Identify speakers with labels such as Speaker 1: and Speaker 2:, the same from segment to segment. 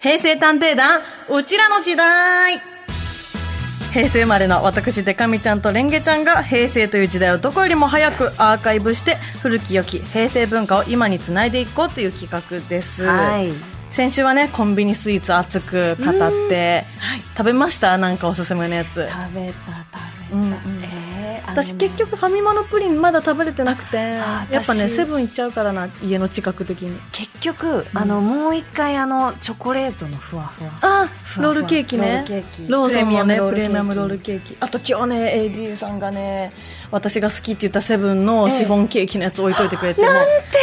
Speaker 1: 平成探偵団、うちらの時代平成生まれの私デカミちゃんとレンゲちゃんが平成という時代をどこよりも早くアーカイブして古き良き平成文化を今につないでいこうという企画です、
Speaker 2: はい
Speaker 1: 先週はねコンビニスイーツ熱く語って、食べましたなんかおすすめのやつ
Speaker 2: 食べた食べた、
Speaker 1: うんうん
Speaker 2: えーあのね
Speaker 1: 私結局ファミマのプリンまだ食べれてなくて
Speaker 2: あ
Speaker 1: や
Speaker 2: 私
Speaker 1: っぱねセブン行っちゃうからな家の近く的に
Speaker 2: 結局あのもう一回あのチョコレートのふわふわふわ
Speaker 1: あ
Speaker 2: ふ
Speaker 1: ロ
Speaker 2: わ
Speaker 1: ールケーキね
Speaker 2: ロールケーキ
Speaker 1: ローソンのねプ
Speaker 2: プ
Speaker 1: レ
Speaker 2: レ
Speaker 1: ミ
Speaker 2: ミ
Speaker 1: ア
Speaker 2: ア
Speaker 1: ム
Speaker 2: ム
Speaker 1: ロ
Speaker 2: ロ
Speaker 1: ー
Speaker 2: ー
Speaker 1: ル
Speaker 2: ル
Speaker 1: ケーキあと今日ね AD さんがね私が好きって言ったセブンの
Speaker 2: ええ
Speaker 1: シフォンケーキのやつ置いといてくれて、なんて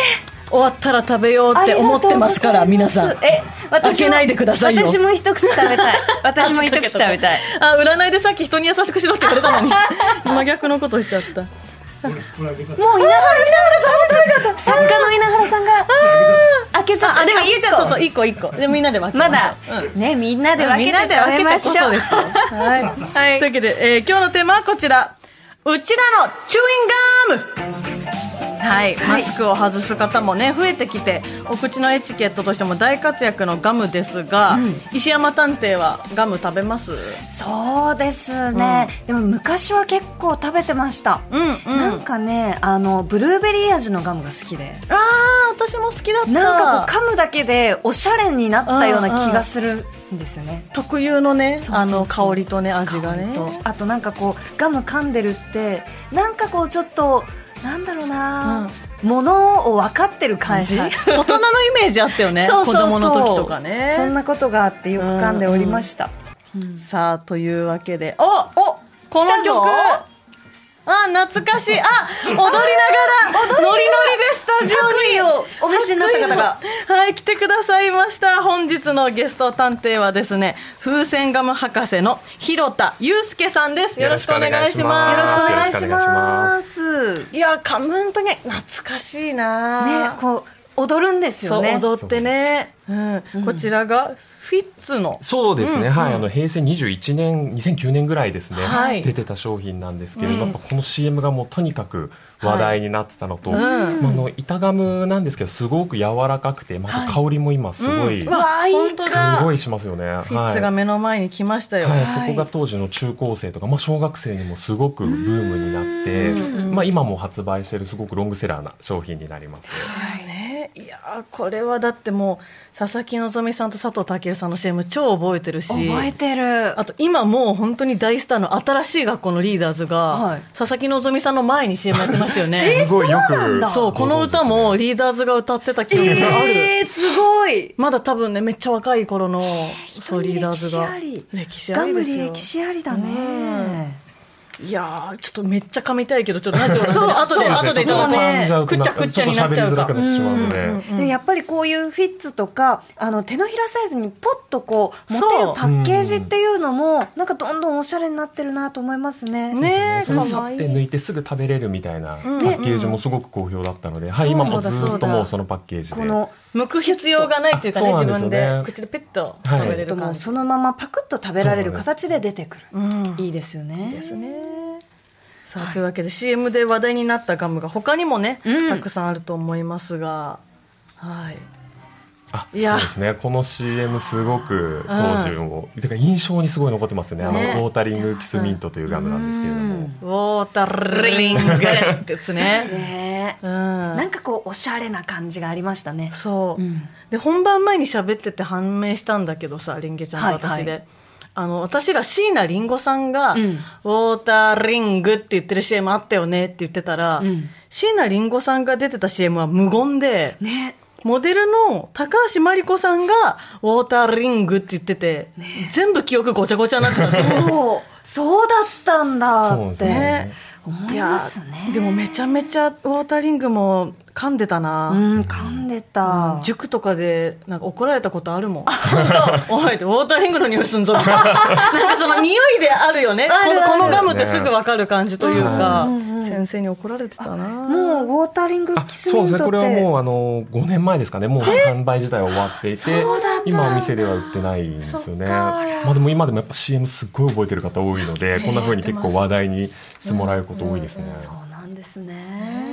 Speaker 1: 終わったら食べようって思ってますから
Speaker 2: ありが
Speaker 1: 皆
Speaker 2: とうござい
Speaker 1: さん
Speaker 2: ますえ私も
Speaker 1: 開けないでくださいよ
Speaker 2: 私も一口食べ たい私も一口食べたい
Speaker 1: あ占いでさっき人に優しくしろって言われたのに真逆のことしちゃ った
Speaker 2: もう稲原さん作家の稲原さんが開けちゃった
Speaker 1: あでもいいじゃんそうそう一個一個でみんなで分け
Speaker 2: ま
Speaker 1: まし
Speaker 2: だ
Speaker 1: ょう、うん
Speaker 2: ねみんなで分けて食べましょう
Speaker 1: みんなで分けてこそですよ
Speaker 2: はい
Speaker 1: というわけで、えー今日のテーマはこちら。うちらのチューインガームはい、マスクを外す方もね増えてきてお口のエチケットとしても大活躍のガムですが、石山探偵はガム食べます
Speaker 2: そうですね、でも昔は結構食べてました、
Speaker 1: うんうん
Speaker 2: なんかねあのブルーベリー味のガムが好きで
Speaker 1: ああ私も好きだった
Speaker 2: なんかこう噛むだけでおしゃれになったような気がするんですよね
Speaker 1: 特有のね
Speaker 2: そうそうそう
Speaker 1: あの香りとね味がね
Speaker 2: 香りとあとなんかこうガム噛んでるってなんかこうちょっとなんだろうな、ものを分かってる感じ、
Speaker 1: はいはい大人のイメージあったよ ね
Speaker 2: そうそうそう
Speaker 1: 子供の時とかね
Speaker 2: そんなことがあってよく噛んでおりました、
Speaker 1: さあというわけでおおこの
Speaker 2: 来たぞ
Speaker 1: 曲あ懐かしいあ踊りながらノリノリでスタジオに
Speaker 2: お召しになった方が
Speaker 1: はい来てくださいました本日のゲスト探偵はですね風船ガム博士の広田祐介さんですよろしくお願いします
Speaker 2: よろしくお願い
Speaker 3: よろ
Speaker 2: し
Speaker 3: しくお願い
Speaker 2: ま。
Speaker 3: します
Speaker 2: ね、
Speaker 1: いやカムンとね懐かしいな
Speaker 2: こう踊るんです
Speaker 1: そ
Speaker 2: よ
Speaker 1: う
Speaker 2: ね。
Speaker 1: 踊ってね、うん、こちらがフィッツの
Speaker 3: そうですね、はい、あの平成21年、2009年ぐらいですね、
Speaker 1: はい
Speaker 3: 出てた商品なんですけれども、やっぱこの CM がもうとにかく話題になってたのと、
Speaker 1: ん
Speaker 3: まああの板ガムなんですけど、すごく柔らかくて、また香りも今、すごい、
Speaker 1: うわ
Speaker 2: いい
Speaker 1: 本当だ
Speaker 3: すごいしますよね。はい
Speaker 1: フィッツが目の前に来ましたよ、
Speaker 3: はい、そこが当時の中高生とか、まあ、小学生にもすごくブームになって、まあ、今も発売しているすごくロングセラーな商品になります、
Speaker 1: ね、いやーこれはだってもう佐々木希さんと佐藤健さんの CM 超覚えてるし
Speaker 2: 覚えてる。
Speaker 1: あと今もう本当に大スターの新しい学校のリーダーズが、
Speaker 2: はい
Speaker 1: 佐々木希さんの前に CM やってましたよ ね
Speaker 3: すごいよく
Speaker 1: そうこの歌もリーダーズが歌ってた記憶がある、
Speaker 2: えー、すごい。
Speaker 1: まだ多分ねめっちゃ若い頃の、そうリーダーズが
Speaker 2: 人に
Speaker 1: 歴史あ
Speaker 2: ガ
Speaker 1: り
Speaker 2: ム
Speaker 1: です
Speaker 2: リ
Speaker 1: よ
Speaker 2: 歴史ありだね。
Speaker 1: いやーちょっとめっちゃ噛みたいけどちょっとラジオなんで
Speaker 2: そう
Speaker 1: 後で後でいただ
Speaker 2: そう
Speaker 1: ね
Speaker 2: ね
Speaker 3: ちょっ
Speaker 1: く
Speaker 3: と
Speaker 1: っちゃくっちゃになっちゃう
Speaker 3: ちょっと喋りづら
Speaker 1: か
Speaker 3: くなってしまうので、
Speaker 2: でもやっぱりこういうフィッツとかあの手のひらサイズにポッとこう持てるパッケージっていうのもなんかどんどんおしゃれになってるなと思いますね。
Speaker 1: ね
Speaker 3: そ
Speaker 1: え
Speaker 3: の
Speaker 1: か
Speaker 3: さ
Speaker 1: わ
Speaker 3: っ
Speaker 1: い
Speaker 3: て
Speaker 1: い
Speaker 3: 抜いてすぐ食べれるみたいなパ
Speaker 1: ん
Speaker 3: ッケージもすごく好評だったので、はい、
Speaker 1: そう
Speaker 3: 今
Speaker 1: だ
Speaker 3: もず
Speaker 1: そう
Speaker 3: っ
Speaker 1: だ
Speaker 3: ともうそのパッケージで
Speaker 2: この
Speaker 1: 剥く必要がないっていうかね
Speaker 3: あそ
Speaker 1: 自
Speaker 3: うなん
Speaker 1: 分
Speaker 3: ですよね
Speaker 1: で口でペッと
Speaker 3: はい
Speaker 1: 食べれ
Speaker 2: と
Speaker 1: る
Speaker 2: もう
Speaker 1: 感じ、
Speaker 2: そのままパクッと食べられる
Speaker 3: そうなん
Speaker 2: 形で出てくる。
Speaker 1: うん
Speaker 2: いいですよね。
Speaker 1: ですね。さあというわけで CM で話題になったガムが他にもね、
Speaker 2: うん
Speaker 1: たくさんあると思いますが、はい。
Speaker 3: あ
Speaker 1: いや
Speaker 3: そうですねこの CM すごく当時も、てか印象にすごい残ってますねあのウ
Speaker 1: ね
Speaker 3: ォータリングキスミントというガムなんですけれども、
Speaker 2: うん
Speaker 1: ウォータリングってやつね。
Speaker 2: ね
Speaker 1: う。
Speaker 2: なんんかこうおしゃれな感じがありましたね。
Speaker 1: そう。
Speaker 2: ん
Speaker 1: で本番前に喋ってて判明したんだけどさ、リンゲちゃんと私で。
Speaker 2: はいは
Speaker 1: あの私ら椎名林檎さんが、
Speaker 2: うん
Speaker 1: ウォータリングって言ってる CM あったよねって言ってたら、
Speaker 2: うん
Speaker 1: 椎名林檎さんが出てた CM は無言で、
Speaker 2: ね。
Speaker 1: モデルの高橋真理子さんがウォーターリングって言ってて、全部記憶ごちゃごちゃにな ってたんですよ
Speaker 2: そう、そうだったんだ
Speaker 3: そう
Speaker 2: っ
Speaker 3: ですね
Speaker 2: て思いますね。
Speaker 1: でもめちゃめちゃウォーターリングも噛んでた
Speaker 2: う
Speaker 1: な、
Speaker 2: ん、噛んでた。
Speaker 1: 塾とかでなんか怒られたことあるもん おいってウォーターリングの匂いすんぞみたいななんかその匂いであるよね
Speaker 2: あるある
Speaker 1: このこのガムってすぐ分かる感じというか、
Speaker 2: うんうんうん
Speaker 1: 先生に怒られてたな
Speaker 2: もうウォータリング
Speaker 3: あ
Speaker 2: キス
Speaker 3: そう
Speaker 2: ミ
Speaker 3: で
Speaker 2: ン
Speaker 3: す
Speaker 2: トって。
Speaker 3: ねこれはもうあの5年前ですかねもう販売自体は終わっていて
Speaker 2: そうだったんだ
Speaker 3: 今お店では売ってないんですよ
Speaker 1: そっ
Speaker 3: ね
Speaker 1: か
Speaker 3: まあでも今でもやっぱ CM すっごい覚えてる方多いのでこんな風に結構話題にしてもらえること多いですね、
Speaker 2: そうなんですね。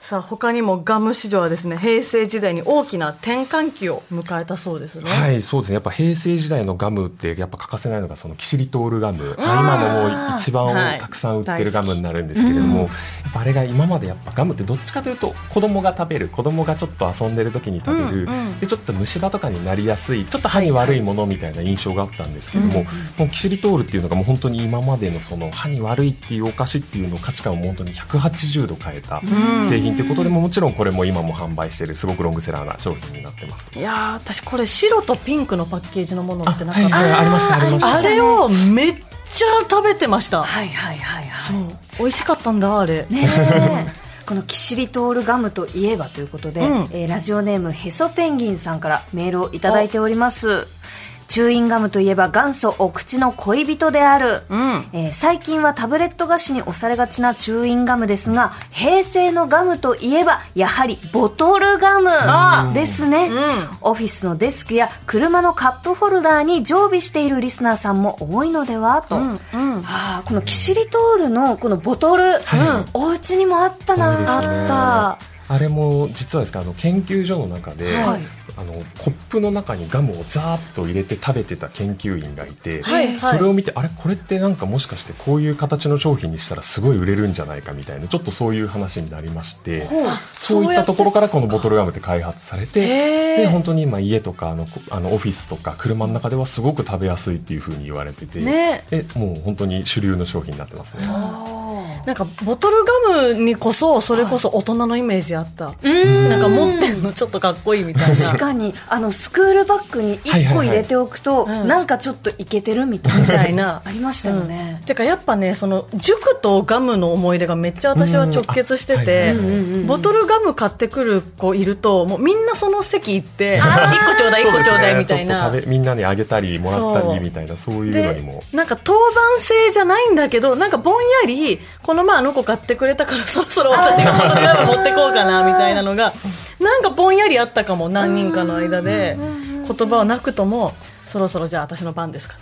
Speaker 1: さあ他にもガム市場はですね平成時代に大きな転換期を迎えたそうですね、
Speaker 3: はい、そうですね。やっぱ平成時代のガムって、やっぱ欠かせないのが、そのキシリトールガム。今のもう一
Speaker 1: はい
Speaker 3: 番たくさん売ってるガムになるんですけれども、やっぱあれが今までやっぱガムってどっちかというと、子供が食べる、子供がちょっと遊んでる時に食べる、で、ちょっと虫歯とかになりやすい、ちょっと歯に悪いものみたいな印象があったんですけども、もうキシリトールっていうのがもう本当に今までのその歯に悪いっていうお菓子っていうのを価値観を本当に180度変えた製品ということでも、もちろんこれも今も販売している、すごくロングセラーな商品になってます。
Speaker 1: いやー私これ白とピンクのパッケージのものってなかった、
Speaker 3: はいはいありましたありました
Speaker 1: あれをめっちゃ食べてました、
Speaker 2: はいはいはいは
Speaker 1: そう美味しかったんだあれ、
Speaker 2: いねえこのキシリトールガムといえばということで、
Speaker 1: うん
Speaker 2: えーラジオネームへそペンギンさんからメールをいただいておりますチューインガムといえば元祖お口の恋人である、
Speaker 1: うん
Speaker 2: えー最近はタブレット菓子に押されがちなチューインガムですが平成のガムといえばやはりボトルガ
Speaker 1: あ
Speaker 2: ムですね、
Speaker 1: うん
Speaker 2: オフィスのデスクや車のカップホルダーに常備しているリスナーさんも多いのではと、
Speaker 1: うんうん
Speaker 2: あーこのキシリトールのこのボトル、お家にもあったな
Speaker 3: 多いですね
Speaker 1: あっ
Speaker 3: あれも実はですかあの研究所の中で、
Speaker 2: はい
Speaker 3: あのコップの中にガムをザーッと入れて食べてた研究員がいて、
Speaker 1: はいはい
Speaker 3: それを見てあれこれってなんかもしかしてこういう形の商品にしたらすごい売れるんじゃないかみたいなちょっとそういう話になりまして
Speaker 2: ほう
Speaker 3: そういったところからこのボトルガムって開発されて
Speaker 1: へー
Speaker 3: で本当に今家とかあのこあのオフィスとか車の中ではすごく食べやすいっていうふうに言われてて、
Speaker 1: ね
Speaker 3: でもう本当に主流の商品になってますね。
Speaker 1: なんかボトルガムにこそそれこそ大人のイメージあった、
Speaker 2: うん
Speaker 1: なんか持ってんのちょっとかっこいいみたいな
Speaker 2: 確かにあのスクールバッグに
Speaker 3: は
Speaker 2: 1
Speaker 3: いはい
Speaker 2: 個
Speaker 3: はい
Speaker 2: 入れておくと、
Speaker 1: うん
Speaker 2: なんかちょっといけてるみたい
Speaker 1: み
Speaker 2: な
Speaker 1: たいな
Speaker 2: ありましたよね、
Speaker 1: てかやっぱねその塾とガムの思い出がめっちゃ私は直結してて、
Speaker 3: うんあはいはい
Speaker 2: はい
Speaker 1: ボトルガム買ってくる子いるともうみんなその席行って1個ちょうだい1個ちょうだいみたいな。
Speaker 3: そうですねちょっと食べみんなにあげたりもらった
Speaker 1: そう
Speaker 3: りみたいなそういうのに
Speaker 1: で
Speaker 3: も
Speaker 1: なんか当番制じゃないんだけどなんかぼんやりこの前あの子買ってくれたからそ ろそろ私がこのラブ持ってこうかなみたいなのがなんかぼんやりあったかも何人かの間で言葉はなくともそろそろじゃあ私の番ですか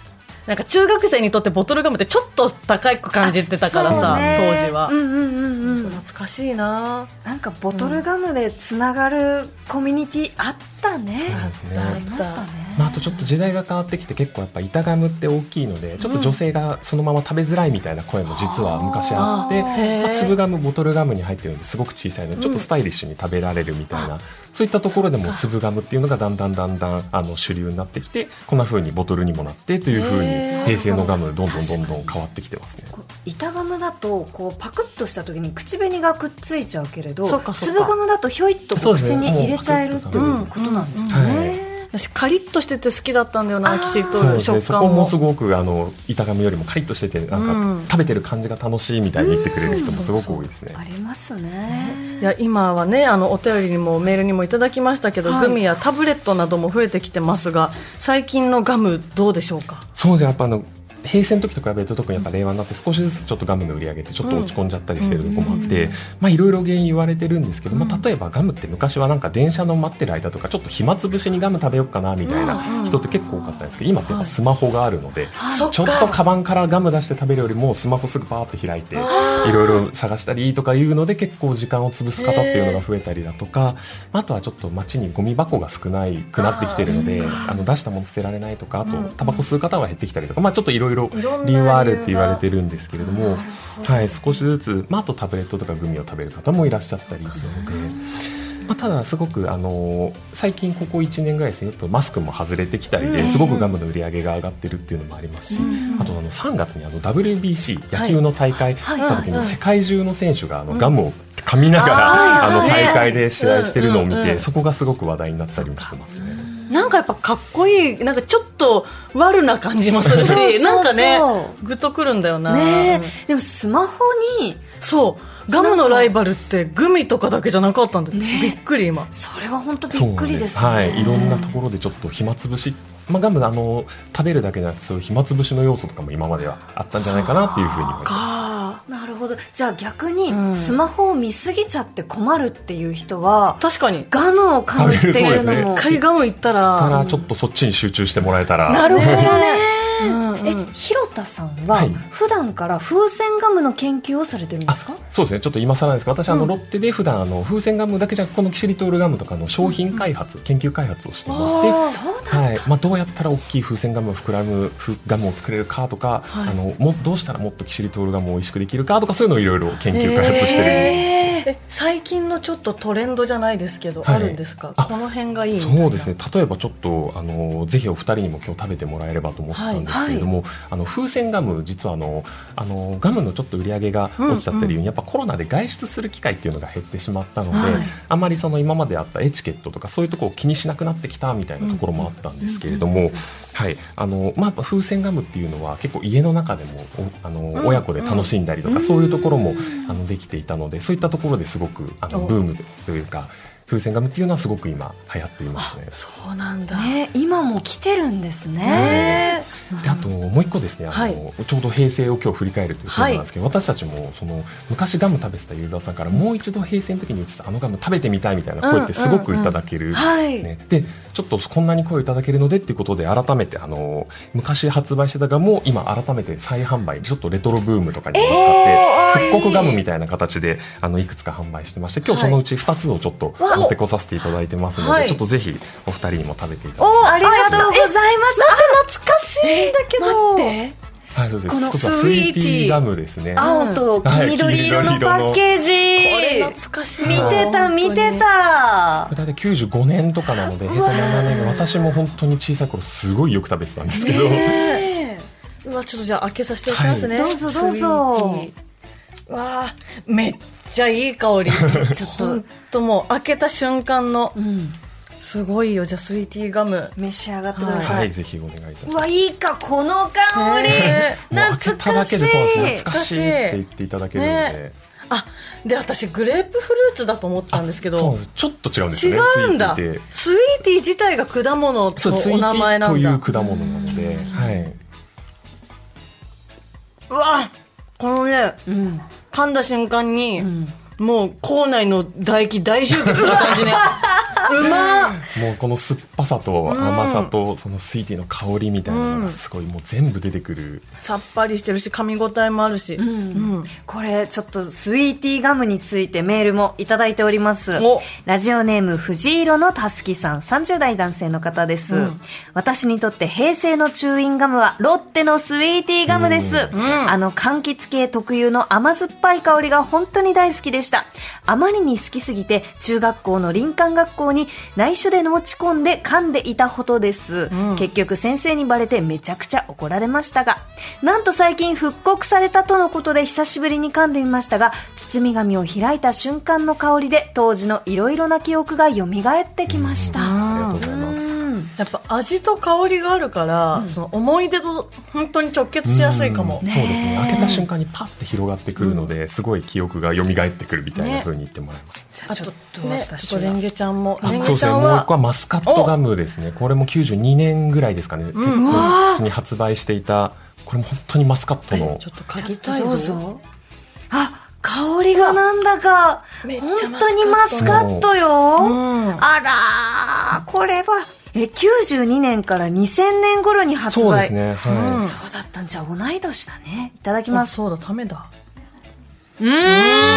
Speaker 1: なんか中学生にとってボトルガムってちょっと高く感じてたから
Speaker 2: そう
Speaker 1: さ、
Speaker 2: ね
Speaker 1: 当時は、
Speaker 2: うんうんうんうん
Speaker 1: そう懐かしいな
Speaker 2: なんかボトルガムでつながるコミュニティあったね、
Speaker 3: そうですね
Speaker 2: ありましたね、
Speaker 3: まあ、あとちょっと時代が変わってきて結構やっぱ板ガムって大きいのでちょっと女性がそのまま食べづらいみたいな声も実は昔あって、
Speaker 1: あー
Speaker 3: まあ粒ガムボトルガムに入ってるんですごく小さいのでちょっとスタイリッシュに食べられるみたいな、そういったところでも粒ガムっていうのがだんだんだんだんあの主流になってきてこんな風にボトルにもなってという風
Speaker 1: へー
Speaker 3: に平成のガムどんどんどんどん変わってきてますね。
Speaker 2: こう板ガムだとこうパクッとした時に口紅がくっついちゃうけれど
Speaker 1: そっかそっか
Speaker 2: 粒ガムだとひょいっとこ
Speaker 3: そううです
Speaker 2: 口
Speaker 3: ね
Speaker 2: に入れちゃえるっていう
Speaker 3: もう
Speaker 2: ことなんですね、
Speaker 3: はい
Speaker 1: 私カリッとしてて好きだったんだよ
Speaker 2: あ
Speaker 1: な
Speaker 2: ー
Speaker 1: キシ
Speaker 3: そう
Speaker 1: ッ
Speaker 3: で
Speaker 1: と
Speaker 3: す
Speaker 1: 食
Speaker 3: ねそこ
Speaker 1: 感も
Speaker 3: もすごくあの板紙よりもカリッとしててなんか、
Speaker 1: うん
Speaker 3: 食べてる感じが楽しいみたいに言ってくれる人もすごく多いですね
Speaker 2: あ。りますね
Speaker 1: いや今はねあのお便りにもメールにもいただきましたけど、
Speaker 2: はい
Speaker 1: グミやタブレットなども増えてきてますが最近のガムどうでしょうか
Speaker 3: そうですねやっぱあの平成の時と比べると特にやっぱ令和になって少しずつちょっとガムの売り上げってちょっと落ち込んじゃったりしてるとこもあってまあいろいろ原因言われてるんですけど、まあ、例えばガムって昔はなんか電車の待ってる間とかちょっと暇つぶしにガム食べようかなみたいな人って結構多かったんですけど今ってやっぱスマホがあるので
Speaker 1: そっか
Speaker 3: ちょっとカバンからガム出して食べるよりもスマホすぐパーって開いていろいろ探したりとかいうので結構時間を潰す方っていうのが増えたりだとかあとはちょっと街にゴミ箱が少ないくなってきてるのであの出したもの捨てられないとかあとタバコ吸う方は減ってきたりとかまあちょっといろいろ
Speaker 1: いろんな
Speaker 3: 理由はあるって言われてるんですけれどもはい少しずつまああとタブレットとかグミを食べる方もいらっしゃったりするので。まあ、ただ、すごく、あのー最近ここ1年ぐらいですねやっぱマスクも外れてきたりですごくガムの売り上げが上がってるっていうのもありますし、あとあの3月にあの WBC 野球の大会だった時に世界中の選手があのガムを噛みながらあの大会で試合してるのを見
Speaker 1: うんうんう
Speaker 3: て
Speaker 1: ん
Speaker 3: そこがすごく話題になったりもしてますね。
Speaker 1: なんかやっぱかっこいいなんかちょっと悪な感じもする
Speaker 2: そうそうそ
Speaker 1: し
Speaker 2: う
Speaker 1: なんかねグッとくるんだよな、
Speaker 2: ね
Speaker 1: うん
Speaker 2: えでもスマホに
Speaker 1: そうガムのライバルってグミとかだけじゃなかったんだよ、
Speaker 2: ね
Speaker 1: びっくり今
Speaker 2: それは本当び
Speaker 3: そう
Speaker 2: っ
Speaker 3: な
Speaker 2: く
Speaker 3: ん
Speaker 2: りですね
Speaker 3: はい、いろんなところでちょっと暇つぶし、まあ、ガムあの食べるだけじゃなくてそういう暇つぶしの要素とかも今まではあったんじゃないかなっていうふうに思います。
Speaker 1: あ
Speaker 2: なるほどじゃあ逆に
Speaker 1: うん
Speaker 2: スマホを見すぎちゃって困るっていう人は
Speaker 1: 確かに
Speaker 2: ガムを噛むっていうの
Speaker 3: 食べるそう
Speaker 2: も
Speaker 1: 一回ガム行ったら
Speaker 3: ただちょっとそっちに集中してもらえたら
Speaker 2: なるほどね
Speaker 1: うんうん
Speaker 2: え広田さんは
Speaker 3: はい
Speaker 2: 普段から風船ガムの研究をされてるんですか、
Speaker 3: そうですねちょっと今更なんですが私あ
Speaker 2: う
Speaker 3: の
Speaker 2: ん
Speaker 3: ロッテで普段あの風船ガムだけじゃなくこのキシリトールガムとかの商品開発、研究開発をしてまして
Speaker 2: あそうなんだ、
Speaker 3: はいまあ、どうやったら大きい風船ガムを膨らむふガムを作れるかとか、
Speaker 1: はい
Speaker 3: あのもどうしたらもっとキシリトールガムを美味しくできるかとかそういうのをいろいろ研究開発してる、
Speaker 2: え
Speaker 1: え最近のちょっとトレンドじゃないですけど、
Speaker 3: はい
Speaker 1: あるんですか
Speaker 3: あ
Speaker 1: この辺がいいみたいな
Speaker 3: そうですね例えばちょっとあのぜひお二人にも今日食べてもらえればと思ってたんですけれども、あの風船ガム実はあのあのガムのちょっと売り上げが落ちちゃってるように、やっぱコロナで外出する機会っていうのが減ってしまったので、
Speaker 1: はい
Speaker 3: あまりその今まであったエチケットとかそういうとこを気にしなくなってきたみたいなところもあったんですけれども。はいあのまあ、やっぱ風船ガムっていうのは結構家の中でもおあの、
Speaker 1: ん
Speaker 3: 親子で楽しんだりとか、
Speaker 2: うん
Speaker 3: そういうところもあのできていたのでそういったところですごくあの
Speaker 1: お
Speaker 3: ブームというか風船ガムっていうのはすごく今流行っていますね。
Speaker 1: そうなんだ、
Speaker 2: ね今も来てるんですね、
Speaker 1: ね
Speaker 3: であともう一個ですねあの、
Speaker 1: はい
Speaker 3: ちょうど平成を今日振り返るというテーマなんですけど、私たちもその昔ガム食べてたユーザーさんからもう一度平成の時に言ってたあのガム食べてみたいみたいな声ってすごくいただける、
Speaker 2: はい、
Speaker 3: ね、でちょっとこんなに声をいただけるのでっていうことで改めてあの昔発売してたガムを今改めて再販売ちょっとレトロブームとかに乗っかって、復刻ガムみたいな形であのいくつか販売してまして今日そのうち2つをちょっと持ってこさせていただいてますので、
Speaker 1: はい
Speaker 3: ちょっとぜひお二人にも食べていただき
Speaker 2: おありがとうございます
Speaker 1: 懐かしいんだけど、
Speaker 2: 待って
Speaker 3: はいそうです
Speaker 2: この
Speaker 3: 一つは
Speaker 1: ス
Speaker 3: ス
Speaker 1: イー
Speaker 3: イー
Speaker 1: テ
Speaker 3: テ
Speaker 1: ィー
Speaker 3: ィーガムですね
Speaker 2: 青と黄緑色のパッケージ、
Speaker 1: これ懐かしい
Speaker 2: 見てた見てた
Speaker 3: これ大体95年とかなので平成7年私も本当に小さい頃すごいよく食べてたんですけど、
Speaker 1: ねえうわちょっとじゃあ開けさせていただきますね、
Speaker 2: はいどうぞどうぞ
Speaker 1: スイーティーわあめっちゃいい香り ちょっとほんともう開けた瞬間の
Speaker 2: うん
Speaker 1: すごいよじゃあスイーティーガム
Speaker 2: 召し上がってください、
Speaker 3: はいぜひお願いいたします
Speaker 2: うわいいかこの香り、
Speaker 1: ねえ
Speaker 3: もう開けただけでそうなんです
Speaker 2: 懐
Speaker 3: 懐かしいって言っていただけるので、
Speaker 1: ねあで私グレープフルーツだと思ったんですけ
Speaker 3: そうなん
Speaker 1: ど
Speaker 3: ですちょっと違うんです
Speaker 1: 違
Speaker 3: よね
Speaker 1: うんだ
Speaker 3: スイーティーって
Speaker 1: スイーティー自体が果物
Speaker 3: そ
Speaker 1: と
Speaker 3: うスイー
Speaker 1: お
Speaker 3: テ
Speaker 1: 名
Speaker 3: ィ
Speaker 1: 前
Speaker 3: ー
Speaker 1: な
Speaker 3: と
Speaker 1: ん
Speaker 3: い
Speaker 1: だ
Speaker 3: う果物なので、はい、
Speaker 1: うわこのね
Speaker 2: うん
Speaker 1: 噛んだ瞬間に、
Speaker 2: うん
Speaker 1: もう口内の唾液大集結した感じねうまっ
Speaker 3: もうこの酸っぱさと甘さとそのスイーティーの香りみたいなのがすごいもう全部出てくる、
Speaker 1: さっぱりしてるし噛み応えもあるし、うん
Speaker 2: うんこれちょっとスイーティーガムについてメールもいただいております
Speaker 1: お
Speaker 2: ラジオネーム藤色のたすきさん30代男性の方です、
Speaker 1: うん
Speaker 2: 私にとって平成のチューインガムはロッテのスイーティーガムです、
Speaker 3: うん
Speaker 2: あの柑橘系特有の甘酸っぱい香りが本当に大好きでしたあまりに好きすぎて中学校の林間学校に内緒で持ち込んで噛んでいたほどです、
Speaker 1: うん
Speaker 2: 結局先生にバレてめちゃくちゃ怒られましたがなんと最近復刻されたとのことで久しぶりに噛んでみましたが包み紙を開いた瞬間の香りで当時のいろいろな記憶が蘇ってきました、
Speaker 3: ありがとうございます、
Speaker 2: うん
Speaker 1: やっぱ味と香りがあるから、その思い出と本当に直結しやすいかも、
Speaker 3: うんそうですね開けた瞬間にパッて広がってくるので、すごい記憶が蘇ってくるみたいな風に言ってもらいます、
Speaker 2: じゃ
Speaker 1: あ
Speaker 2: あち
Speaker 1: ち
Speaker 2: ょ
Speaker 1: ょ
Speaker 2: っ
Speaker 1: っ
Speaker 2: と
Speaker 1: とね
Speaker 2: 私
Speaker 1: あと
Speaker 2: は、
Speaker 1: レンゲちゃんも
Speaker 3: あ
Speaker 1: レン
Speaker 3: そ
Speaker 1: ゲ
Speaker 3: うで
Speaker 1: ち
Speaker 3: す
Speaker 1: ゃ
Speaker 3: ね、
Speaker 1: ん
Speaker 3: もう一
Speaker 1: は
Speaker 3: 個はマスカットガムですね、これも92年ぐらいですかね、結構に発売していた、これも本当にマスカットの
Speaker 1: ちょっと嗅
Speaker 2: ちょ
Speaker 1: ぎ
Speaker 2: っと
Speaker 1: たい
Speaker 2: ど
Speaker 1: ぞ
Speaker 2: うぞあ香りがなんだか
Speaker 1: めっ
Speaker 2: 本
Speaker 1: ちゃマスカット
Speaker 2: 当にマスカットよ、
Speaker 1: うん
Speaker 2: あらーこれはえ92年から2000年頃に発売
Speaker 3: そうですね、はい
Speaker 1: うん
Speaker 2: そうだったんじゃ同い年だねいただき
Speaker 1: まあ
Speaker 2: ます
Speaker 1: そうだためだ
Speaker 2: うーん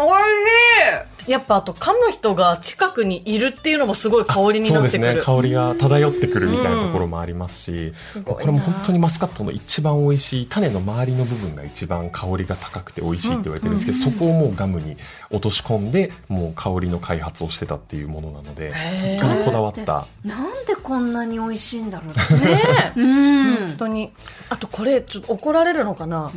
Speaker 2: おい
Speaker 1: やっぱあと噛む人が近くにいるっていうのもすごい香りに
Speaker 3: そう
Speaker 1: な
Speaker 3: で
Speaker 1: っ
Speaker 3: す
Speaker 1: てくる、
Speaker 3: ね香りが漂ってくるみたいなところもありますし、
Speaker 1: ごいな
Speaker 3: これも本当にマスカットの一番美味しい種の周りの部分が一番香りが高くて美味しいって言われてるんですけど、そこをもうガムに落とし込んでもう香りの開発をしてたっていうものなので
Speaker 1: へー
Speaker 3: 本当にこだわった
Speaker 2: しいなんでこんなに美味しいんだろう
Speaker 1: ね
Speaker 2: う
Speaker 1: 本
Speaker 2: ん
Speaker 1: 当にあとこれちょっと怒られるのかな、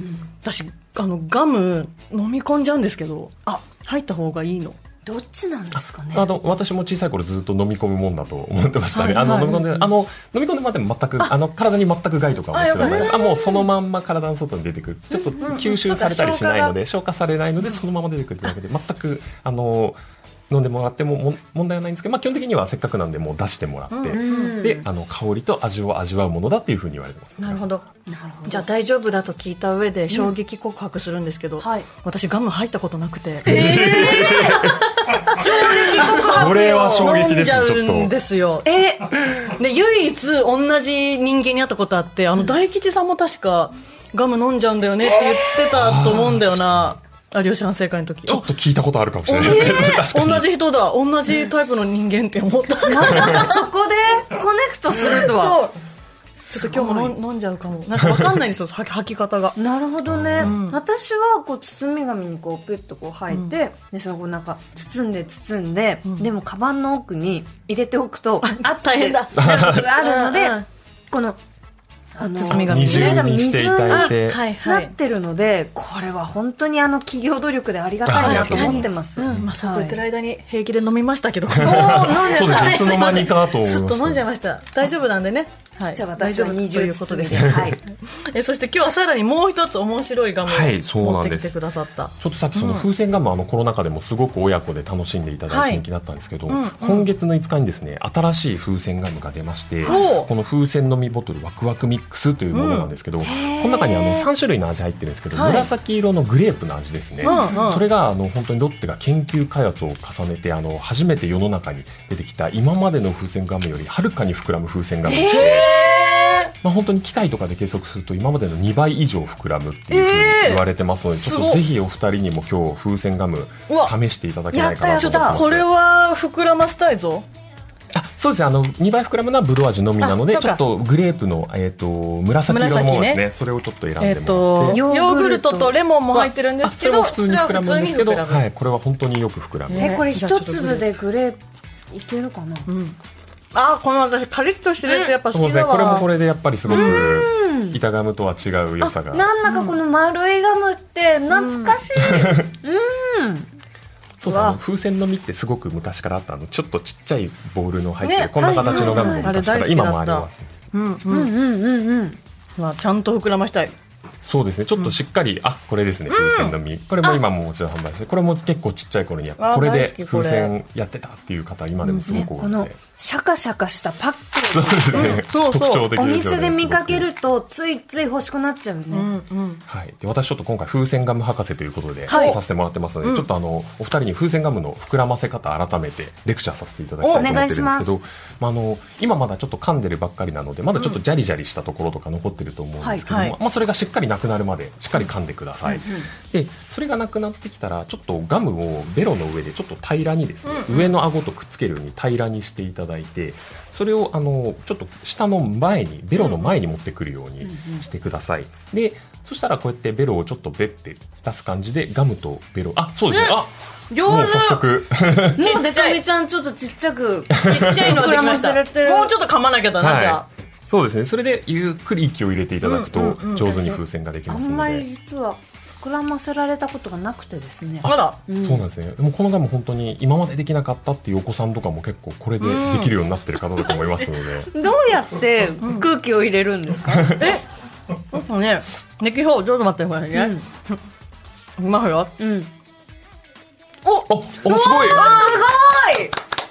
Speaker 1: 私あのガム飲み込んじゃうんですけど
Speaker 2: あ
Speaker 1: 入った方がいいの
Speaker 2: どっちなんですかね
Speaker 3: あの私も小さい頃ずっと飲み込むもんだと思ってましたね、
Speaker 1: はいはい
Speaker 3: あの飲み込んであの飲み込んでまでも全くあの体に全く害とかはもちろんないですあもうそのまんま体の外に出てくるちょっと吸収されたりしないので、消化されないのでそのまま出てくるってだけで全くあの飲んでもらってもも問題はないんですけど、まあ、基本的にはせっかくなんでもう出してもらって、
Speaker 2: うん
Speaker 3: であの香りと味を味わうものだっていうふうに言われてます、
Speaker 1: なるほど
Speaker 2: なるほど
Speaker 1: じゃあ大丈夫だと聞いた上で衝撃告白するんですけど、
Speaker 2: はい
Speaker 1: 私ガム入ったことなくて、
Speaker 2: 衝撃告白
Speaker 3: それは衝撃
Speaker 1: 飲ん
Speaker 3: で
Speaker 1: じ
Speaker 3: す
Speaker 1: ゃ
Speaker 3: ねちょっ
Speaker 1: うん
Speaker 3: と
Speaker 1: ですよ
Speaker 2: え
Speaker 1: で唯一同じ人間に会ったことあってあの大吉さんも確かガム飲んじゃうんだよねって言ってたと思うんだよな有吉反省会の時
Speaker 3: ちょっと聞いたことあるかもしれ
Speaker 1: 同
Speaker 3: ない
Speaker 1: じ
Speaker 3: ですね 確かに
Speaker 1: 同じ人だ同じタイプの人間って思った
Speaker 2: まさかそこでコネクトするとは
Speaker 1: そうちょっと今日も飲ん飲んじゃうかもなんかわかんないんですよ吐き吐き方が
Speaker 2: なるほどね、
Speaker 1: ん
Speaker 2: 私はこう包み紙にこうピュッとこう入って、でそれをこうなんか包んで包んで、でもカバンの奥に入れておく と
Speaker 1: あ大変だ
Speaker 2: あるので
Speaker 1: うんうん
Speaker 2: このあの
Speaker 1: 包み紙
Speaker 3: 二重にしていただい
Speaker 2: 二重に
Speaker 3: て、
Speaker 1: あはい
Speaker 2: なってるのでこれは本当にあの企業努力でありがたいなと思ってます、
Speaker 1: うんまあ、そう
Speaker 2: は
Speaker 1: 言
Speaker 2: い
Speaker 1: ってる間に平気で飲みましたけど
Speaker 2: おー飲ん
Speaker 3: そう
Speaker 2: で
Speaker 3: です
Speaker 2: た
Speaker 3: ねいつの間にかと思いま
Speaker 1: ず
Speaker 3: し
Speaker 1: っと
Speaker 3: た
Speaker 1: 飲んじゃいました大丈夫なんでね、はい、
Speaker 2: じゃあ私
Speaker 1: 大
Speaker 2: は
Speaker 1: 丈夫
Speaker 2: 二
Speaker 1: とい
Speaker 2: 重
Speaker 1: うこと
Speaker 2: 包
Speaker 1: で
Speaker 2: み
Speaker 1: す
Speaker 2: で、はい、
Speaker 1: えそして今日はさらにもう一つ面白いガムを
Speaker 3: はいそう
Speaker 1: 持
Speaker 3: な
Speaker 1: って
Speaker 3: んで
Speaker 1: き
Speaker 3: す
Speaker 1: てくださった、
Speaker 3: ちょっとさっきその風船ガム、あのコロナ禍でもすごく親子で楽しんでいただ
Speaker 1: はいい
Speaker 3: て人気だったんですけど、
Speaker 1: うんうん
Speaker 3: 今月の5日にですね新しい風船ガムが出まして
Speaker 1: ほう
Speaker 3: この風船飲みボトルワクワクミックスというものなんですけど、この中にあの3種類の味入ってるんですけど、
Speaker 1: はい
Speaker 3: 紫色のグレープの味ですね、
Speaker 1: うんうん
Speaker 3: それがあの本当にロッテが研究開発を重ねてあの初めて世の中に出てきた今までの風船ガムよりはるかに膨らむ風船ガムでして、まあ、本当に機械とかで計測すると今までの2倍以上膨らむっていうふうに言われてますので、
Speaker 1: えー
Speaker 3: ちょっとぜひお二人にも今日風船ガム
Speaker 1: うわ
Speaker 3: 試していただけないかなと
Speaker 2: や
Speaker 3: 思
Speaker 2: ったやった
Speaker 1: これ
Speaker 3: を
Speaker 1: は膨らませたいぞ
Speaker 3: あそうですねあの2倍膨らむのはブドウ味のみなので
Speaker 1: あ
Speaker 3: ち
Speaker 1: そうか
Speaker 3: ょっとグレープの、えー、と紫色のものですねそれをちょっと選んでもら
Speaker 1: え
Speaker 3: っ、
Speaker 1: ってとヨ
Speaker 2: ヨ
Speaker 1: ー
Speaker 2: ー
Speaker 1: グ
Speaker 2: グ
Speaker 1: ル
Speaker 2: ル
Speaker 1: ト
Speaker 2: ト
Speaker 1: とレモンも入ってるんですけど
Speaker 3: あそれも普通に膨らむんですけど
Speaker 1: それは普通に膨らむ
Speaker 3: はい、これは本当によく膨らむ、
Speaker 1: ね
Speaker 2: えこれ
Speaker 1: じゃあちょっ
Speaker 2: 一
Speaker 1: と
Speaker 2: 粒でグレープいけるかな、
Speaker 1: うんあーこの私カリッとしてるやつやっぱ
Speaker 3: そう
Speaker 1: 好
Speaker 3: で
Speaker 1: き
Speaker 3: すね
Speaker 1: だ
Speaker 3: これも
Speaker 1: わ、
Speaker 3: これでやっぱりすごく
Speaker 2: ん
Speaker 3: 板ガムとは違う良さ
Speaker 2: あ
Speaker 3: が
Speaker 2: なんだかこの丸いガムって懐かしい、
Speaker 3: そうそうあ
Speaker 1: うわ
Speaker 3: の風船の実ってすごく昔からあったあのちょっとちっちゃいボールの入ってる、
Speaker 1: ね
Speaker 3: こんな形のガムも昔から、
Speaker 1: はいはいはい
Speaker 3: 今もあります、ね、
Speaker 1: うんう
Speaker 2: うんんうんうんうん
Speaker 1: まあ、ちゃんと膨らましたい
Speaker 3: そうですねちょっとしっかり、あこれですね風船の実、これも今ももちろん販売してこれも結構ちっちゃい頃にやっ
Speaker 1: あ
Speaker 3: ぱこれ
Speaker 1: 大
Speaker 3: で
Speaker 1: 好きこれ
Speaker 3: 風船やってたっていう方今でもすご
Speaker 2: ね、
Speaker 3: く多
Speaker 2: こ
Speaker 3: くて、
Speaker 2: のシャカシャカしたパッケ
Speaker 3: そう
Speaker 2: ージ
Speaker 3: ですね、
Speaker 1: そうそう
Speaker 3: 特徴的
Speaker 2: お
Speaker 3: ですよ
Speaker 2: 店
Speaker 3: ね
Speaker 2: で見かけ
Speaker 3: す
Speaker 2: るとついつい欲しくなっちゃうよ
Speaker 1: う
Speaker 2: ね、
Speaker 1: んうん
Speaker 3: ごくはい、で私ちょっと今回風船ガム博士ということで
Speaker 1: はい
Speaker 3: させてもらってますので、
Speaker 1: うん
Speaker 3: ちょっとあのお二人に風船ガムの膨らませ方改めてレクチャーさせていただきたいと思ってるんですけ
Speaker 2: お願い
Speaker 3: ど
Speaker 2: し
Speaker 3: まあ、あの今まだちょっと噛んでるばっかりなのでまだちょっとジャリジャリしたところとか残ってると思うんですけども、
Speaker 1: はいはい
Speaker 3: まあ、それがしっかりなくなるまでしっかり噛んでください、でそれがなくなってきたらちょっとガムをベロの上でちょっと平らにですね、上の顎とくっつけるように平らにしていただいてそれをあのちょっと下の前にベロの前に持ってくるようにしてください、でそしたらこうやってベロをちょっとベッて出す感じでガムとベロあそうですねあ
Speaker 1: 上
Speaker 3: も
Speaker 1: 手
Speaker 3: う早速
Speaker 2: もうでかみちゃんちょっとちっちゃく
Speaker 1: ちっちゃいのができまし
Speaker 2: 膨らませてる
Speaker 1: たもうちょっと噛まなきゃだな、じゃあ
Speaker 3: はいそうですねそれでゆっくり息を入れていただく
Speaker 1: うん
Speaker 3: と
Speaker 1: うんうん
Speaker 3: 上手に風船ができ
Speaker 2: あ
Speaker 3: ます
Speaker 2: ん
Speaker 3: の
Speaker 2: ま
Speaker 3: で、
Speaker 2: り実は膨らませられたことがなくてですね
Speaker 1: まだ
Speaker 2: ん
Speaker 3: そうなんですねでもこのガム本当に今までできなかったっていうお子さんとかも結構これでできるようになってる方だと思いますの で、
Speaker 2: どうやって空気を入れるんですか、
Speaker 1: うんとねネキホちょっと待ってくださいね、 うまいよ
Speaker 2: うんうん、す
Speaker 3: おおすごい
Speaker 2: ごい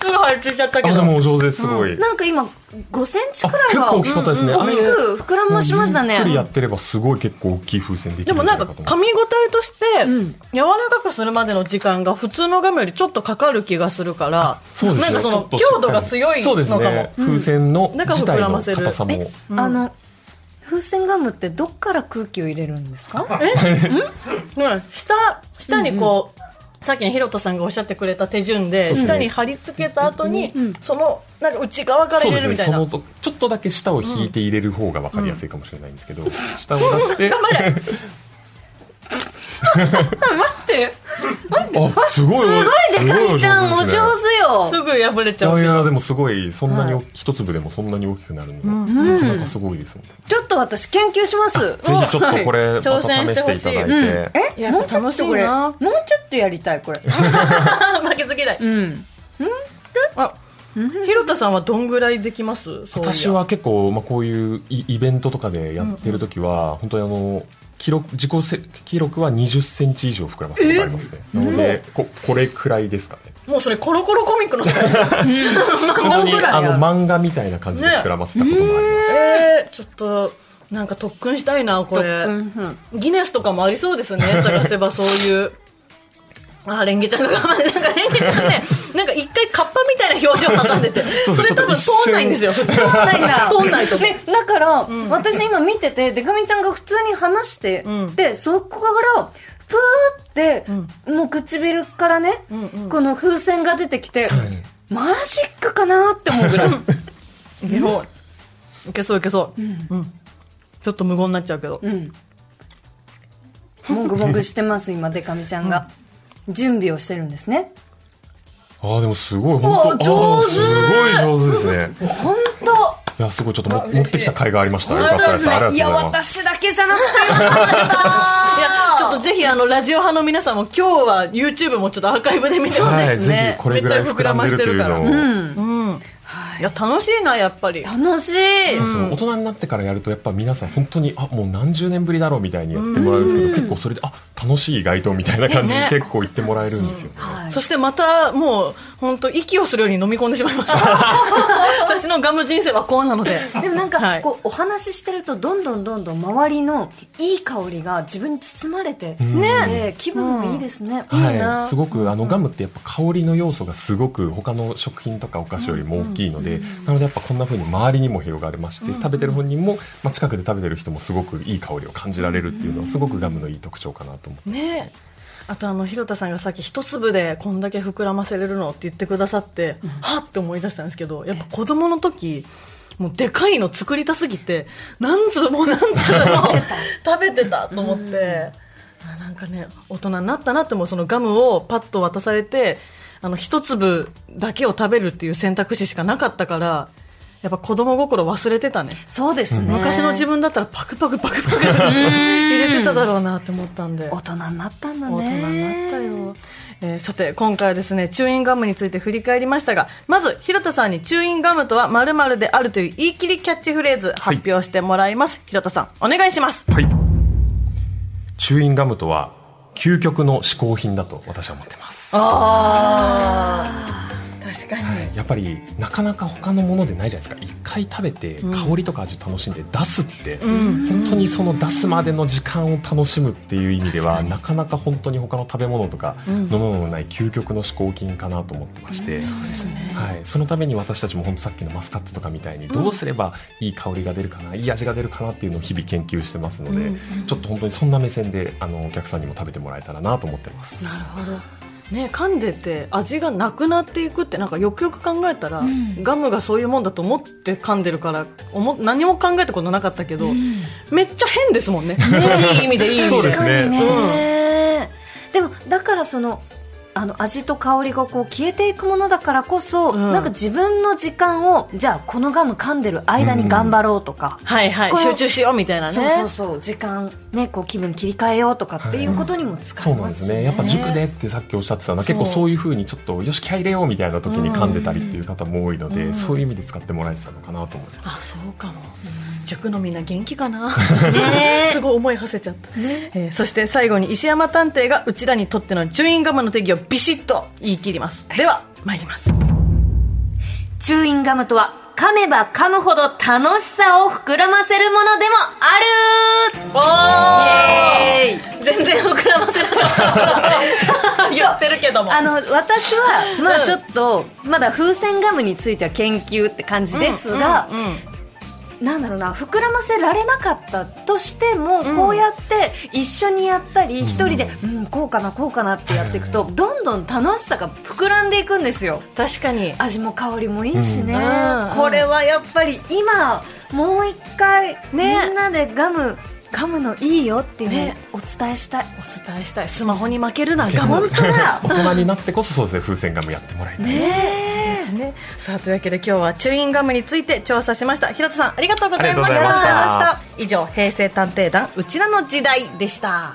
Speaker 1: すぐ入ってきちゃったけ
Speaker 3: あで
Speaker 1: ど
Speaker 3: もお上手ですすごい、
Speaker 2: なんか今5センチ
Speaker 3: あ
Speaker 2: くらい
Speaker 3: 結
Speaker 2: は
Speaker 3: 構大きかったですね、
Speaker 2: 大
Speaker 3: あれ
Speaker 2: きく膨らましました
Speaker 3: ゆっくりや
Speaker 2: ね
Speaker 3: ってればすごい結構大きい風船でき
Speaker 1: で
Speaker 3: る
Speaker 1: も
Speaker 3: んじ
Speaker 1: な
Speaker 3: ゃ
Speaker 1: ん
Speaker 3: な
Speaker 1: か
Speaker 3: いかと
Speaker 1: 噛
Speaker 3: 思
Speaker 1: み応えとして
Speaker 2: うん
Speaker 1: 柔らかくするまでの時間が普通のガムよりちょっとかかる気がするから
Speaker 3: そうです
Speaker 1: な
Speaker 3: ね
Speaker 1: んかその
Speaker 3: ちょっとしっか
Speaker 1: 強
Speaker 3: り
Speaker 1: 度が強いの
Speaker 3: そうです
Speaker 1: かも、
Speaker 3: ね風船の
Speaker 1: 中
Speaker 3: 自
Speaker 1: 膨
Speaker 3: 体
Speaker 1: らま
Speaker 3: の
Speaker 1: せる
Speaker 3: 硬さも
Speaker 2: あの風船ガムってどっから空気を入れるんですか
Speaker 1: うん、下下にこう、さっきのひろとさんがおっしゃってくれた手順で
Speaker 3: そうですね
Speaker 1: 下に貼り付けた後に、
Speaker 2: うん
Speaker 1: そのなんか内側から
Speaker 3: そう
Speaker 1: 入
Speaker 3: で
Speaker 1: れ
Speaker 3: す
Speaker 1: る
Speaker 3: ね
Speaker 1: みたい
Speaker 3: そ
Speaker 1: な、
Speaker 3: のとちょっとだけ舌を引いて入れる方が分かりやすいかもしれないんですけど、舌を出して
Speaker 1: 頑張れ待って
Speaker 3: あすごい
Speaker 2: すごいでかみちゃんお上手
Speaker 3: すごいおですね
Speaker 1: す
Speaker 2: よ
Speaker 1: ぐ破れち
Speaker 3: い
Speaker 1: ゃう
Speaker 3: や
Speaker 1: け
Speaker 3: い
Speaker 1: ど
Speaker 3: やでもすごいそんなにお、
Speaker 1: は
Speaker 3: 一粒でもそんなに大きくなるの
Speaker 1: ん
Speaker 3: が、なかなかすごいですもんね、
Speaker 2: ちょっと私研究します
Speaker 3: ぜひちょっとこれまた
Speaker 1: 挑
Speaker 3: 試
Speaker 1: 戦して
Speaker 3: し
Speaker 1: ほ
Speaker 3: て
Speaker 1: しい
Speaker 3: いただいて、
Speaker 2: うん
Speaker 1: いや楽しいな
Speaker 2: もうちょっとやりたいこ れ
Speaker 1: 負けず嫌い
Speaker 2: うん
Speaker 1: あひろたさんはどんぐらいできますそういや
Speaker 3: 私は結構、まあ、こういうイイベントとかでやってる時は、本当にあの記録自己せ記録は2 0ンチ以上膨らますことがありますねなのでここれくらいですかね
Speaker 1: もうそれコロコロコミックの世界ですよ
Speaker 3: 本 当にあの漫画みたいな感じで膨らませたこともあります、
Speaker 1: えー、ちょっとなんか特訓したいなこれ
Speaker 2: うんうん
Speaker 1: ギネスとかもありそうですね探せばそういうあーレンゲちゃんがなんかレンゲちゃんねなんか一回カッパみ挟んでて
Speaker 3: そう
Speaker 1: それ多分
Speaker 3: ちょっ
Speaker 1: 通
Speaker 3: と一瞬
Speaker 1: んないんですよ普通通ん
Speaker 2: ないんだ
Speaker 1: 通んないと思う
Speaker 2: ね、だから、私今見てて、でかみちゃんが普通に話して、
Speaker 1: うん
Speaker 2: で、そこから、ぷーって、の唇からね、
Speaker 1: んうん
Speaker 2: この風船が出てきて、マジックかなって思うぐ らい。
Speaker 1: いけそういけそういけそう、うんちょっと無言になっちゃうけど、
Speaker 2: うん。もぐもぐしてます、今、でかみちゃんが。準備をしてるんですね。
Speaker 3: ああでもすご
Speaker 2: わ
Speaker 3: い本当
Speaker 2: 上手
Speaker 3: あーすごい上手ですね
Speaker 2: ほんと
Speaker 3: いやすごいちょっとも持ってきた甲斐がありましたよか
Speaker 2: 本
Speaker 3: っ
Speaker 2: 当
Speaker 3: た
Speaker 2: で
Speaker 3: ですすありが
Speaker 2: ね。
Speaker 3: とう
Speaker 2: い
Speaker 3: ご
Speaker 2: や、
Speaker 3: ざいます
Speaker 2: 私だけじゃなくてよかった
Speaker 1: いやちょっとぜひあのラジオ派の皆さんも今日は YouTube もちょっとアーカイブで見てほし
Speaker 2: そ
Speaker 1: い
Speaker 2: う
Speaker 3: は
Speaker 2: で
Speaker 3: い、
Speaker 2: すね
Speaker 3: ぜひこれぐらい膨らんでるというのを、
Speaker 1: うんいや楽しいなやっぱり
Speaker 2: 楽しい。
Speaker 3: その大人になってからやるとやっぱ皆さん本当にあもう何十年ぶりだろうみたいにやってもらうんですけど結構それであ楽しい意外とみたいな感じで
Speaker 1: ね
Speaker 3: 結構言ってもらえるんですよね。
Speaker 2: はい
Speaker 1: そしてまたもう本当息をするように飲み込んでしまいました 私のガム人生はこうなので
Speaker 2: でもなんか、
Speaker 1: はい
Speaker 2: こうお話ししてるとどんどんどんどん周りのいい香りが自分に包まれて、ね、気分もいいですね、いい
Speaker 3: は、
Speaker 2: ない
Speaker 3: すごくあのガムってやっぱ香りの要素がすごく他の食品とかお菓子よりも大きいので、なのでやっぱこんな風に周りにも広がりまして、食べてる本人も、まあ、近くで食べてる人もすごくいい香りを感じられるっていうのはすごくガムのいい特徴かなと思って
Speaker 1: ねあとあの広田さんがさっき一粒でこんだけ膨らませれるのって言ってくださって、はっって思い出したんですけどやっぱ子供の時もうでかいの作りたすぎて何粒も何粒も食べてたと思って、あなんかね大人になったなってもうそのガムをパッと渡されてあの一粒だけを食べるっていう選択肢しかなかったからやっぱ子供心忘れてたね
Speaker 2: そうですね
Speaker 1: 昔の自分だったらパクパクパクパク入れてただろうなって思ったんで
Speaker 2: 大人になったんだね
Speaker 1: 大人になったよ、えーさて今回はですねチューインガムについて振り返りましたがまず広田さんにチューインガムとは〇〇であるという言い切りキャッチフレーズ
Speaker 3: はい
Speaker 1: 発表してもらいます、広田さんお願いします
Speaker 3: はい。チューインガムとは究極の嗜好品だと私は思ってます。
Speaker 1: 確かに、
Speaker 3: やっぱりなかなか他のものでないじゃないですか。一回食べて香りとか味楽しんで出すって、本当にその出すまでの時間を楽しむっていう意味ではなかなか本当に他の食べ物とか飲み物のない究極の嗜好品かなと思ってまして。
Speaker 1: そうですね
Speaker 3: はい、そのために私たちも本当さっきのマスカットとかみたいにどうすればいい香りが出るかな、いい味が出るかなっていうのを日々研究してますので、ちょっと本当にそんな目線であのお客さんにも食べてもらえたらなと思ってます。
Speaker 1: ね噛んでて味がなくなっていくってなんかよくよく考えたら、ガムがそういうもんだと思って噛んでるから思何も考えたことなかったけど、めっちゃ変ですもんねいい意味でいい意味
Speaker 3: そう
Speaker 1: で
Speaker 2: 確
Speaker 3: です
Speaker 2: か
Speaker 3: ね
Speaker 2: にねでもだからそのあの味と香りがこう消えていくものだからこそ、
Speaker 1: ん
Speaker 2: なんか自分の時間をじゃあこのガム噛んでる間に頑張ろうとか、
Speaker 1: はいはい
Speaker 2: こう
Speaker 1: 集中しようみたいなね
Speaker 2: そうそうそう時間ねこう気分切り替えようとかっていうことにも使
Speaker 3: そ
Speaker 2: え
Speaker 3: うなん
Speaker 2: ま
Speaker 3: ですす
Speaker 2: しね
Speaker 3: ねやっぱ塾でってさっきおっしゃってたのは結構そういうふうにちょっとよし気合い入れようみたいな時に噛んでたりっていう方も多いので、そういう意味で使ってもらえてたのかなと思います。
Speaker 1: あそうかも、塾のみんな元気かな、
Speaker 2: ね
Speaker 1: すごい思い馳せちゃった、えーそして最後に石山探偵がうちらにとってのチューインガムの定義をビシッと言い切りますでは参ります
Speaker 2: チューインガムとは噛めば噛むほど楽しさを膨らませるものでもある
Speaker 1: おー
Speaker 2: えい
Speaker 1: 全然膨らませなかった 言ってるけども
Speaker 2: あの私はまあちょっと、まだ風船ガムについては研究って感じですが、
Speaker 1: うんうん
Speaker 2: なんだろうな膨らませられなかったとしても、こうやって一緒にやったり一人で、うん、こうかなこうかなってやっていくと、どんどん楽しさが膨らんでいくんですよ
Speaker 1: 確かに
Speaker 2: 味も香りもいいしね、
Speaker 1: うんうん
Speaker 2: これはやっぱり今もう一回、
Speaker 1: ね
Speaker 2: みんなでガムガムのいいよっていうのを
Speaker 1: ね
Speaker 2: お伝えしたい、
Speaker 1: お伝えしたいスマホに負けるなガモン
Speaker 2: 本当だ
Speaker 3: 大人になってこそそうですね風船ガムやってもらいたい、
Speaker 2: ね
Speaker 1: ですねさあというわけで今日はチューインガムについて調査しました平田さんありがとうございました
Speaker 3: ありがとうございました
Speaker 1: 以上平成探偵団うちらの時代でした